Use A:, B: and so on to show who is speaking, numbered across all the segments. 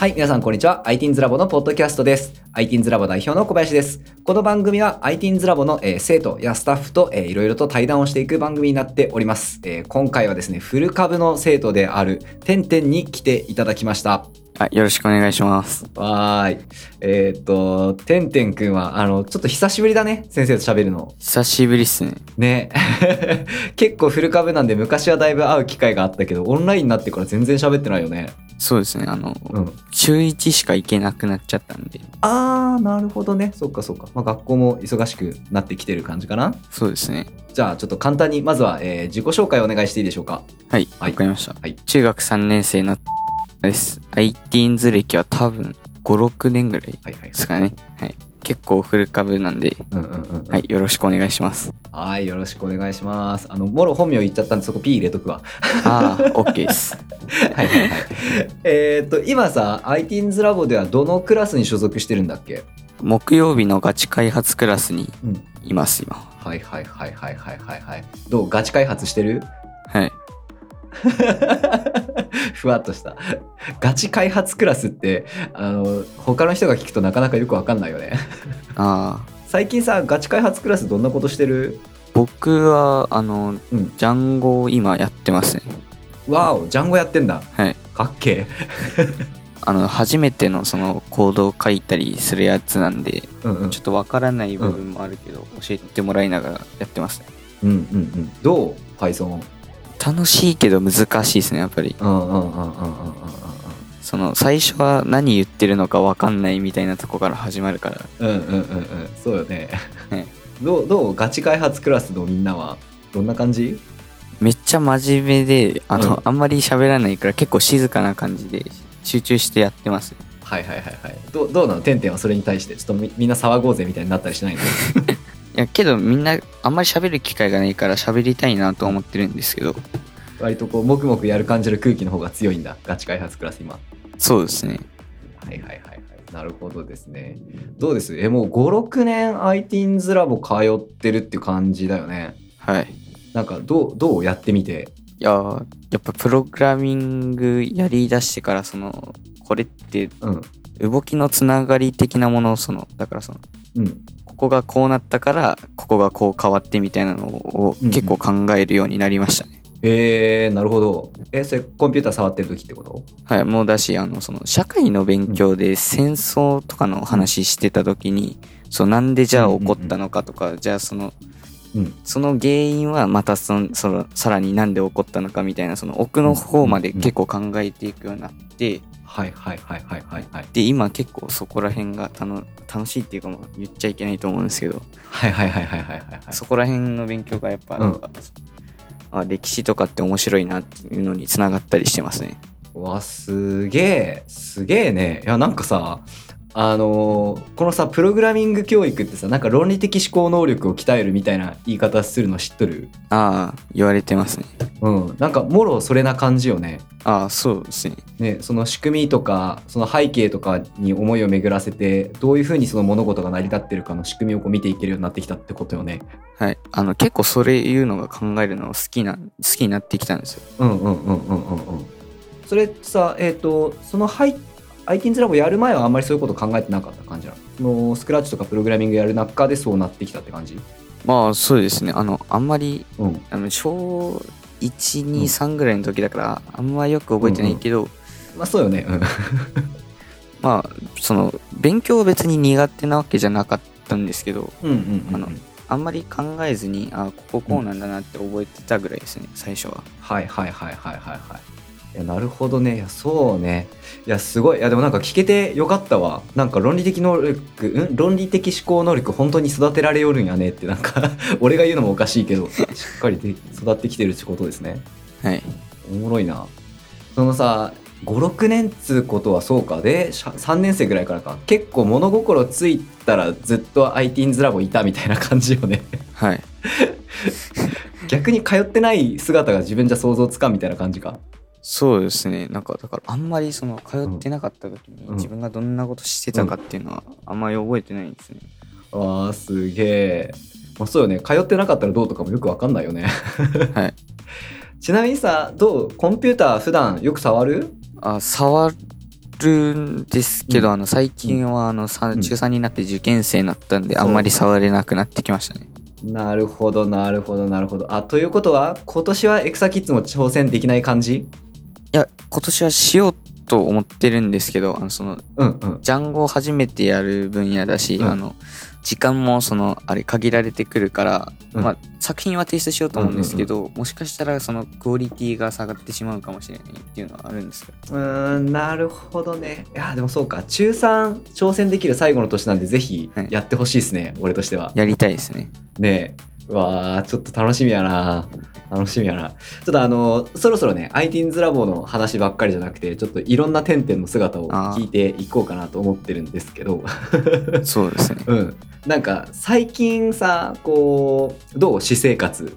A: はい、皆さんこんにちは。ITINS ラボのポッドキャストです。ITINS ラボ代表の小林です。この番組は ITINS ラボの、えー生徒やスタッフと、えーいろいろと対談をしていく番組になっております。えー今回はですね、フル株の生徒であるてんてんに来ていただきました。
B: はい、よろしくお願いします。
A: わーい。えーっと、てんてんくんは、あの、ちょっと久しぶりだね。先生と喋るの。
B: 久しぶりっすね。
A: ね。 結構フル株なんで昔はだいぶ会う機会があったけど、オンラインになってから全然喋ってないよね。
B: そうですね、あの、
A: うん。
B: 中1しか行けなくなっちゃったんで、
A: あー、なるほどね。そっかそっか。まあ、学校も忙しくなってきてる感じかな。
B: そうですね。
A: じゃあ、ちょっと簡単に、まずは、えー自己紹介をお願いしていいでしょうか。
B: はい、わ、
A: はい
B: かりました。
A: はい
B: 中学3年生のです。ITINS 歴は多分5、6年ぐらいで
A: はいはい。
B: すかね。はい。結構フル株なんで、
A: うんうんうん。
B: はい、よろしくお願いし ます。
A: はい。よろしくお願いします。あの、もろ本名言っちゃったんで、そこ P 入れとくわ。
B: ああ、OK です。
A: はいはいはい。 えーっと、今さ、ITINS ラボではどのクラスに所属してるんだっけ
B: 木曜日のガチ開発クラスに
A: うん。
B: います、今。
A: はいはいはいはいはいはいはい。どうガチ開発してる
B: はい。
A: ふわっとした。 ガチ開発クラスって、あの、他の人が聞くとなかなかよくわかんないよね。
B: ああ、
A: 最近さガチ開発クラスどんなことしてる
B: 僕は、あの、
A: うん
B: ジャンゴを今やってますね。
A: わおジャンゴやってんだ
B: はい。
A: かっけ
B: あの初めてのそのコードを書いたりするやつなんで
A: え、うんうん、
B: ちょっとわからない部分もあるけど、教えてもらいながらやってますね
A: うんうんうんどう Python
B: 楽しいけど難しいですねやっぱり
A: うんうんうんうんうんうんうん
B: その最初は何言ってるのかわかんないみたいなとこから始まるから
A: うんうんうんうんそうよね
B: ね
A: どうどうガチ開発クラスのみんなはどんな感じ
B: めっちゃ真面目であの、
A: うん
B: あんまり喋らないから結構静かな感じで集中してやってます
A: はいはいはいはいどうどうなのてんてんはそれに対してちょっとみみんな騒ごうぜみたいになったりしないの
B: いやけどみんなあんまり喋る機会がないから喋りたいなと思ってるんですけど
A: 割とこうもくもくやる感じの空気の方が強いんだガチ開発クラス今
B: そうですね
A: はいはいはいはい。なるほどですね。どうですえ、もう5、6年 ITINS ラボ通ってるっていう感じだよね。
B: はい
A: なんか、どう、どうやってみて。
B: いやーやっぱプログラミングやりだしてからそのこれって
A: うん。
B: 動きのつながり的なものをそのだからその
A: うん。
B: ここがこうなったからここがこう変わってみたいなのを
A: うんうん
B: 結構考えるようになりましたね、
A: えー、なるほど。え、それコンピューター触ってる時ってこと
B: はいもうだしあのその社会の勉強で戦争とかの話してた時にそうなんでじゃあ起こったのかとか、じゃあその
A: うん。
B: その原因はまたそのそのさらになんで起こったのかみたいなその奥の方まで結構考えていくようになって、
A: はいはいはいはいはいはい。
B: で今結構そこら辺がたの楽しいっていうかもう言っちゃいけないと思うんですけど、
A: はいはいはいはいはいはいはい。
B: そこら辺の勉強がやっぱ、
A: うん
B: あ歴史とかって面白いなっていうのにつながったりしてますね
A: うわ、すげえ。すげえね。いや、なんかさ、あのーこのさ、プログラミング教育ってさ、なんか論理的思考能力を鍛えるみたいな言い方するの知っとる
B: ああ言われてますね
A: うん。なんか、もろそれな感じよね。
B: ああそうですね
A: ね、その仕組みとかその背景とかに思いを巡らせてどういうふうにその物事が成り立ってるかの仕組みをこう見ていけるようになってきたってことよね。
B: はいあの結構それいうのが考えるの好きな好きになってきたんですよ
A: うんうんうんうんうんうん。それさ、えっとその背 ITINS ラボやる前はあんまりそういうこと考えてなかった感じなのそのスクラッチとかプログラミングやる中でそうなってきたって感じ
B: まあそうですねあのあんまり
A: うん。
B: あの小
A: うん
B: 123ぐらいの時だから、あんまよく覚えてないけど、
A: まあそうよね。うん。
B: まあその勉強は別に苦手なわけじゃなかったんですけど
A: うんうんうん
B: あのあんまり考えずにあこここうなんだなって覚えてたぐらいですね、最初は
A: はいはいはいはいはいはい。いやなるほどね。いや、そうね。いや、すごい。いや、でもなんか聞けてよかったわ。なんか論理的能力、ん論理的思考能力、本当に育てられよるんやねって、なんか、 俺が言うのもおかしいけど、しっかりで育ってきてるってことですね。
B: はい
A: おもろいな。そのさ、5、6年っつうことはそうか。で、しゃ3年生ぐらいからか。結構物心ついたらずっと ITINS ラボいたみたいな感じよね。
B: はい
A: 逆に通ってない姿が自分じゃ想像つかんみたいな感じか。
B: そうですねなんかだからあんまりその通ってなかった時に
A: うん
B: 自分がどんなことしてたかっていうのはあんまり覚えてないんですね、
A: わあすげえ、まあ、そうよね通ってなかったらどうとかもよくわかんないよね
B: はい
A: ちなみにさどうコンピューター普段よく触る
B: あ触るんですけど、
A: う
B: あの最近はあのさ
A: うん
B: 中3になって受験生になったんで、
A: そ
B: あ
A: う
B: んまり触れなくなってきましたね。
A: なるほど、なるほど、なるほど。あ、ということは、今年はエクサキッズも挑戦できない感じ
B: いや今年はしようと思ってるんですけどあのその
A: うんうん。
B: ジャンゴを初めてやる分野だし、
A: うん
B: あの時間もそのあれ限られてくるから、
A: うん
B: まあ、作品は提出しようと思うんですけど、もしかしたらそのクオリティが下がってしまうかもしれないっていうのはあるんですけど
A: うーん、なるほどね。いや、でもそうか。中3挑戦できる最後の年なんで、ぜひ
B: はい
A: やってほしいですね、俺としては。
B: やりたいです ね。
A: ねえ。うわあちょっと楽しみやな楽しみやなちょっとあのそろそろね iTeens ラボの話ばっかりじゃなくてちょっといろんな点々の姿を聞いていこうかなと思ってるんですけど
B: そうですね。
A: うんなんか最近さこうどう私生活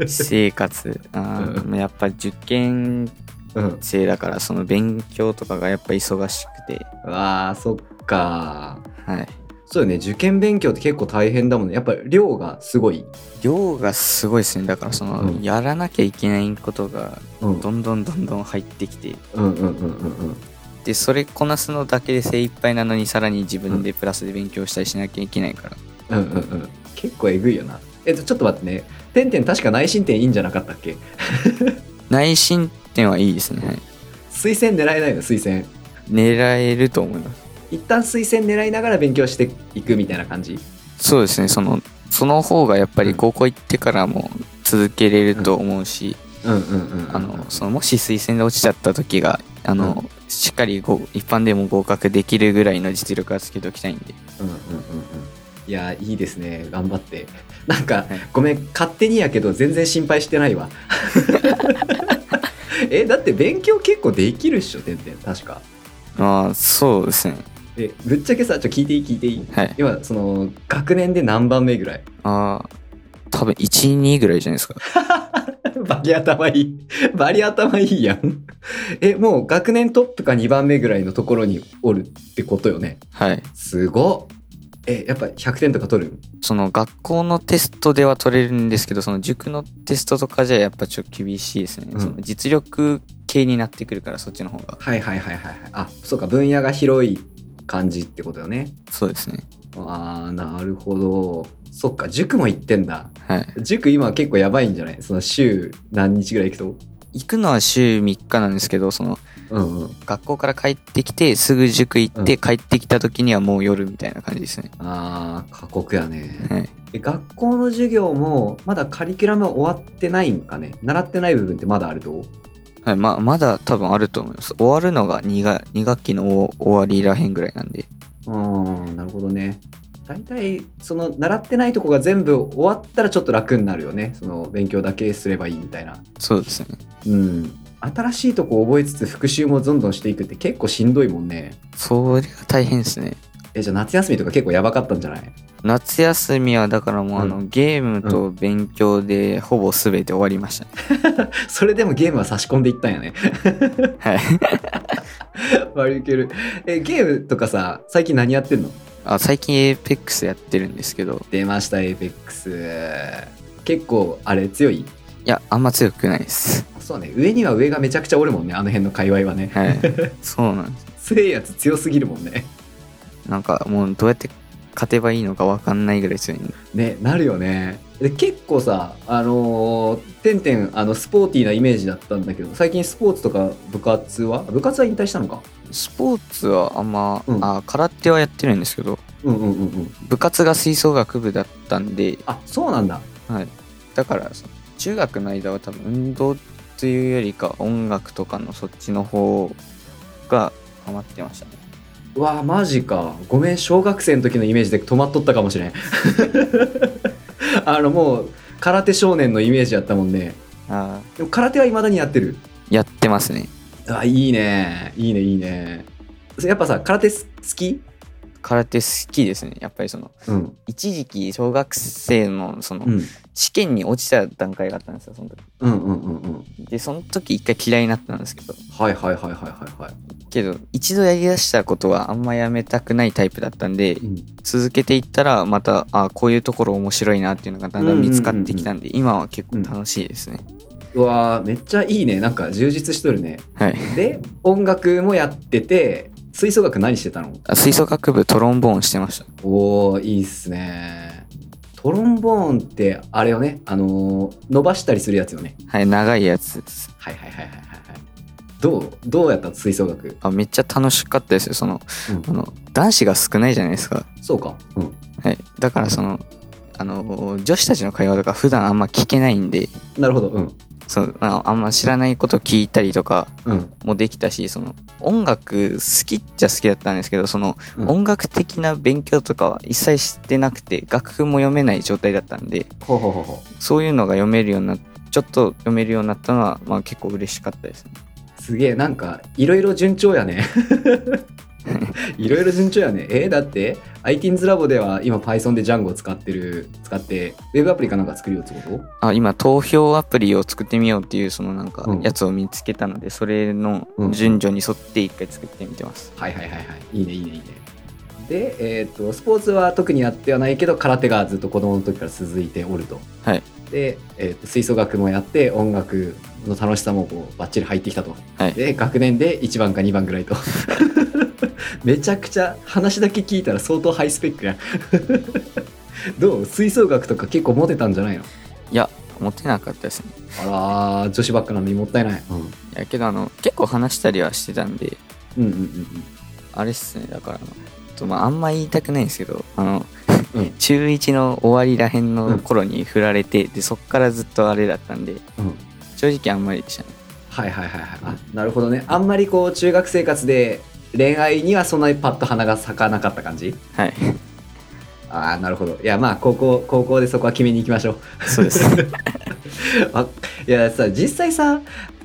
B: 私生活あー
A: う
B: やっぱ受験
A: うん
B: 生だからその勉強とかがやっぱ忙しくて
A: わあそっか
B: はい
A: そうよね受験勉強って結構大変だもんねやっぱ量がすごい、
B: 量がすごいですねだからその、
A: うん
B: やらなきゃいけないことが
A: うん、うん
B: どんどんどんどん入ってきて
A: うんうんうんうん
B: でそれこなすのだけで精一杯なのにさらに自分でプラスで勉強したりしなきゃいけないから、
A: うんうんうん結構えぐいよなえっとちょっと待ってね点々確か内申点いいんじゃなかったっけ
B: 内申点はいいですね、はい、
A: 推薦狙えないの推薦
B: 狙えると思います
A: 一旦推薦狙いながら勉強していくみたいな感じ
B: そうですねそのその方がやっぱり高校行ってからも続けれると思うし、
A: うんうんうんうん
B: あのそのもし推薦で落ちちゃった時があの、しっかりご一般でも合格できるぐらいの実力はつけておきたいんで
A: うんうんうんうんいやいいですね頑張ってなんか、
B: はい
A: ごめん勝手にやけど全然心配してない わえだって勉強結構できるっしょてんてん確か
B: まあそうですね
A: えぶっちゃけさちょ聞いていい聞いていい
B: はい
A: 今その学年で何番目ぐらい
B: ああ多分12ぐらいじゃないですか
A: バリ頭いいバリ頭いいやんえもう学年トップか2番目ぐらいのところにおるってことよね
B: はい
A: すごっえやっぱ100点とか取る
B: その学校のテストでは取れるんですけどその塾のテストとかじゃやっぱちょっと厳しいですね、
A: うん
B: その実力系になってくるからそっちの方が
A: はいはいはいはいはいあそうか分野が広い感じってことよね
B: そうですね
A: あーなるほどそっか塾も行ってんだ
B: はい
A: 塾今結構やばいんじゃないその週何日ぐらい行くと
B: 行くのは週3日なんですけどその
A: うんうん
B: 学校から帰ってきてすぐ塾行って
A: う
B: 帰ってきた時にはもう夜みたいな感じですね、
A: あー過酷やね
B: はい
A: え学校の授業もまだカリキュラム終わってないんかね習ってない部分ってまだあると
B: はい、ままだ多分あると思います。終わるのが 2, が2学期の終終わりらへんぐらいなんで。
A: うーんなるほどね大体その習ってないとこが全部終わったらちょっと楽になるよねその勉強だけすればいいみたいな
B: そうですね。
A: うん新しいとこ覚えつつ復習もどんどんしていくって結構しんどいもんね
B: それが大変ですね。
A: えじゃあ夏休みとか結構やばかったんじゃない
B: 夏休みはだからもうあの、
A: う
B: ゲームと勉強でほぼ全て終わりましたね。
A: それでもゲームは差し込んでいったんやね
B: はい。
A: 割り切るえゲームとかさ最近何やってんの
B: あ最近 APEX やってるんですけど、
A: 出ました APEX 結構あれ強い
B: いや、あんま強くないです。
A: そうね上には上がめちゃくちゃおるもんねあの辺の界隈はね
B: はい。そうなんです。
A: 強いやつ強すぎるもんね
B: なんかもうどうやって勝てばいいのかわかんないぐらい強いんで。
A: ねなるよねで結構さあのーてんてんあのスポーティーなイメージだったんだけど最近スポーツとか部活は部活は引退したのか
B: スポーツはあんま、
A: うん
B: あ空手はやってるんですけど、
A: うんうんうんうん
B: 部活が吹奏楽部だったんで、
A: あそうなんだ
B: はい、だからその中学の間は多分運動というよりか音楽とかのそっちの方がハマってましたね
A: うわあマジかごめん小学生の時のイメージで止まっとったかもしれん あのもう空手少年のイメージやったもんね
B: あ
A: でも空手はいまだにやってる
B: やってますね
A: あいいねいいねいいねそれやっぱさ空手す好き
B: 空手好きですねやっぱりその
A: うん
B: 一時期小学生のその
A: うん
B: 試験に落ちた段階があったんですよその時
A: うんうんうんうん
B: でその時一回嫌いになったんですけど
A: はいはいはいはいはいはい
B: けど一度やりだしたことはあんまやめたくないタイプだったんで
A: うん
B: 続けていったらまたあこういうところ面白いなっていうのがだんだん見つかってきたんで、今は結構楽しいですね
A: うわーめっちゃいいねなんか充実しとるね
B: はい。
A: で音楽もやってて吹奏楽何してたの
B: あ吹奏楽部トロンボーンしてました。
A: おーいいっすねトロンボーンってあれよねあのー伸ばしたりするやつよね
B: はい、長いやつです。
A: はいはいはいはいはいはいどうどうやったの吹奏楽、
B: あめっちゃ楽しかったですよ。その、あの、男子が少ないじゃないですか。
A: そうかうん
B: はい。だからその、あの、女子たちの会話とか普段あんま聞けないんで、
A: なるほどうん
B: そうああんま知らないこと聞いたりとか
A: うん
B: もできたし、その、音楽好きっちゃ好きだったんですけど、その、
A: うん
B: 音楽的な勉強とかは一切してなくて、楽譜も読めない状態だったんで、
A: ほうほうほうほ
B: そういうのが読めるようになちょっと読めるようになったのは、まあ結構嬉しかったですね。
A: うすげえなんかいろいろ順調やね いろいろ順調やねえーだって iTeens ラボでは今 Python で Django を使ってる使ってウェブアプリかなんか作るよってこと
B: あ今投票アプリを作ってみようっていうそのなんか
A: うん
B: やつを見つけたので、それの順序に沿って一回作ってみてます、
A: はいはいはいはいいいねいいねいいねでえっ、とスポーツは特にやってはないけど空手がずっと子供の時から続いておると
B: はい
A: で、えー、と吹奏楽もやって音楽の楽しさもこうバッチリ入ってきたと、
B: はい
A: で学年で1番か2番ぐらいと めちゃくちゃ話だけ聞いたら相当ハイスペックや どう吹奏楽とか結構モテたんじゃないの
B: いやモテなかったですね
A: あらー女子ばっかなのにもったいない、う
B: いやけどあの結構話したりはしてたんで
A: ん、うんうんうん
B: あれっすねだからあのとまああんま言いたくないんですけどあの、
A: うん
B: 中1の終わりらへんの頃に振られて、でそっからずっとあれだったんで
A: うんうん
B: 正直あんまりでしたね
A: はいはいはいはいあなるほどねあんまりこう中学生活で恋愛にはそんなにパッと花が咲かなかった感じ
B: はい
A: ああなるほどいやまあ高校高校でそこは決めに行きましょう
B: そう です
A: あいやさ実際さ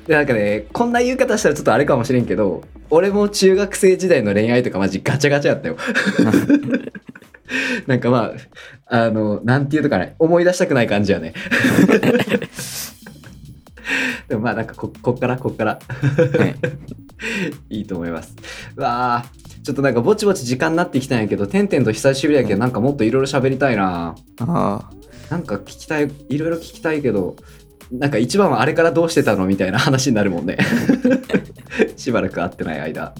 A: なんかねこんな言い方したらちょっとあれかもしれんけど俺も中学生時代の恋愛とかマジガチャガチャやったよ なんかまああのなんていうのかね思い出したくない感じやね でもまあなんかここっからこっから
B: はい
A: いいと思います。うわあ、ちょっとなんかぼちぼち時間になってきたんやけど、てんてんと久しぶりやけど、なんかもっといろいろ喋りたいな。
B: あ
A: なんか聞きたい、いろいろ聞きたいけど、なんか一番はあれからどうしてたのみたいな話になるもん ね。しばらく会ってない間。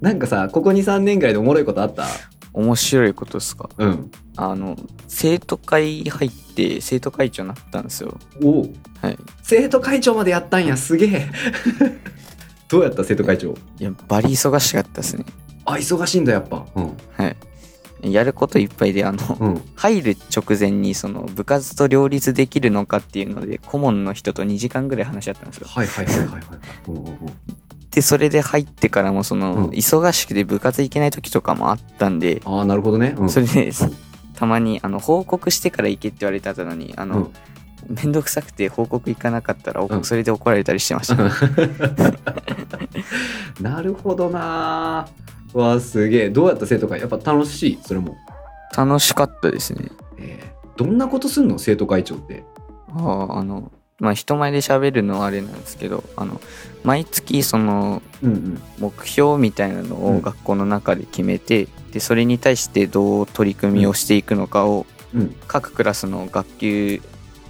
A: なんかさ、ここ2、3年ぐらいでおもろいことあった
B: あ面白いことですか
A: うん。
B: あの生徒会入って生徒会長になったんですよ
A: おう
B: はい
A: 生徒会長までやったんや、すげえ。 どうやった生徒会長。
B: いやバリ忙しかったですね
A: あ、忙しいんだ、やっぱ。うん。
B: はいやることいっぱいであの、
A: うん。
B: 入る直前にその部活と両立できるのかっていうので顧問の人と2時間ぐらい話し合ったんですよ
A: はいはいはいはいはい。 うんうんうん
B: でそれで入ってからもその、
A: うん
B: 忙しくて部活行けない時とかもあったんで、
A: ああ、なるほどね。うん。
B: それでたまにあの報告してから行けって言われたのにあ
A: うん
B: の、面倒くさくて報告行かなかったら、
A: うん
B: それで怒られたりしてました、
A: なるほどなーわあすげえどうやった生徒会やっぱ楽しいそれも、
B: 楽しかったですね
A: えーどんなことすんの生徒会長って
B: あああのまあ人前で喋るのはあれなんですけどあの毎月その
A: うんうん
B: 目標みたいなの
A: う
B: を
A: ん
B: 学校の中で決めて、でそれに対してどう取り組みをしていくのかを
A: うん
B: 各クラスの学級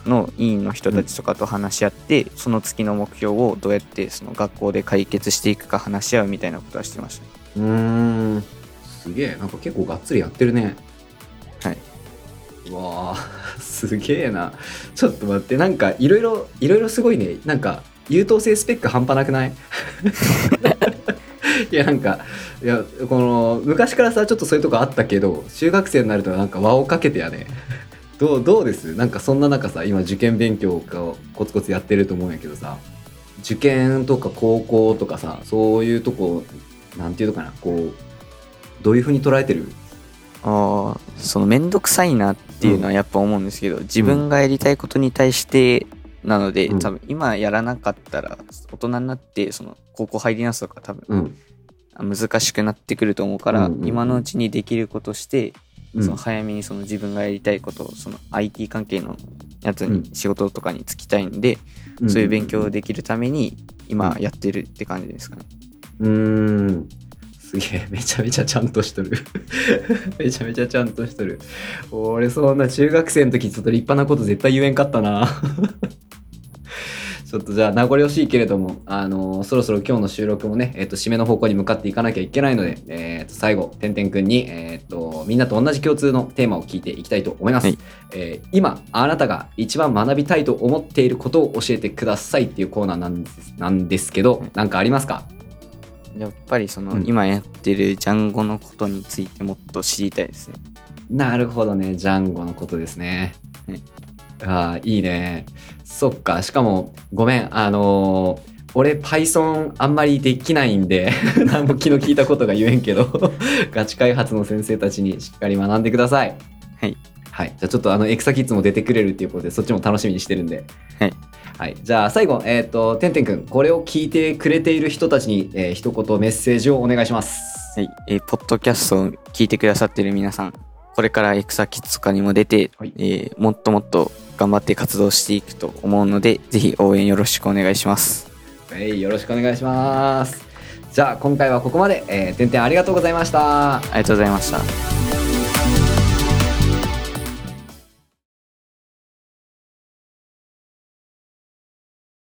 B: の委員の人たちとかと話し合って、その月の目標をどうやってその学校で解決していくか話し合うみたいなことはしてまし
A: うーんすげえなんか結構がっつりやってるね
B: はいう
A: わあすげえなちょっと待ってなんかいろいろいろいろすごいねなんか優等生スペック半端なくない いやなんかいやこの昔からさちょっとそういうとこあったけど中学生になるとなんか輪をかけてやねどうどうですなんかそんな中さ今受験勉強をコツコツやってると思うんやけどさ受験とか高校とかさそういうとこなんていうのかなこうどういうふうに捉えてる
B: たああその面倒くさいなっていうのはやっぱ思うんですけど、自分がやりたいことに対してなので、
A: うん
B: 多分今やらなかったら大人になってその高校入り直すとか多分
A: うん、
B: 難しくなってくると思うから、
A: うんうんうん
B: 今のうちにできることして、
A: うん
B: その早めにその自分がやりたいことをその IT 関係のやつに、
A: う
B: 仕事とかに就きたいんで、そういう勉強をできるために今やってるって感じですかね。
A: うーん。すげえ、めちゃめちゃちゃんとしとる。 めちゃめちゃちゃんとしとる。 俺、そんな中学生の時ちょっと立派なこと絶対言えんかったな。ちょっとじゃあ名残惜しいけれども、あのーそろそろ今日の収録もね、えっと締めの方向に向かっていかなきゃいけないので、えっと最後、てんてんくんに、えっとみんなと同じ共通のテーマを聞いていきたいと思います。
B: はい
A: えー今、あなたが一番学びたいと思っていることを教えてくださいっていうコーナーなんですなんですけど
B: はい、
A: なんかありますか
B: やっぱりその、
A: うん
B: 今やってるジャンゴのことについてもっと知りたいですね。
A: なるほどね、ジャンゴのことですね
B: はい。
A: ああ、いいね。そっか、しかも、ごめん、あのー俺、Python あんまりできないんで、 何も気の利いたことが言えんけど、 ガチ開発の先生たちにしっかり学んでください。
B: はい。
A: はい。じゃあちょっとあの、エクサキッズも出てくれるっていうことで、そっちも楽しみにしてるんで。
B: はい。
A: はい。じゃあ最後、えっ、と、てんてんくん、これを聞いてくれている人たちに、えー一言メッセージをお願いします。
B: はい、えーポッドキャストを聞いてくださってる皆さん、これからエクサキッズとかにも出て、
A: はい
B: えーもっともっと頑張って活動していくと思うので、ぜひ応援よろしくお願いします。
A: はい、よろしくお願いします。じゃあ今回はここまで、えー、てんてんありがとうございました。
B: ありがとうございました。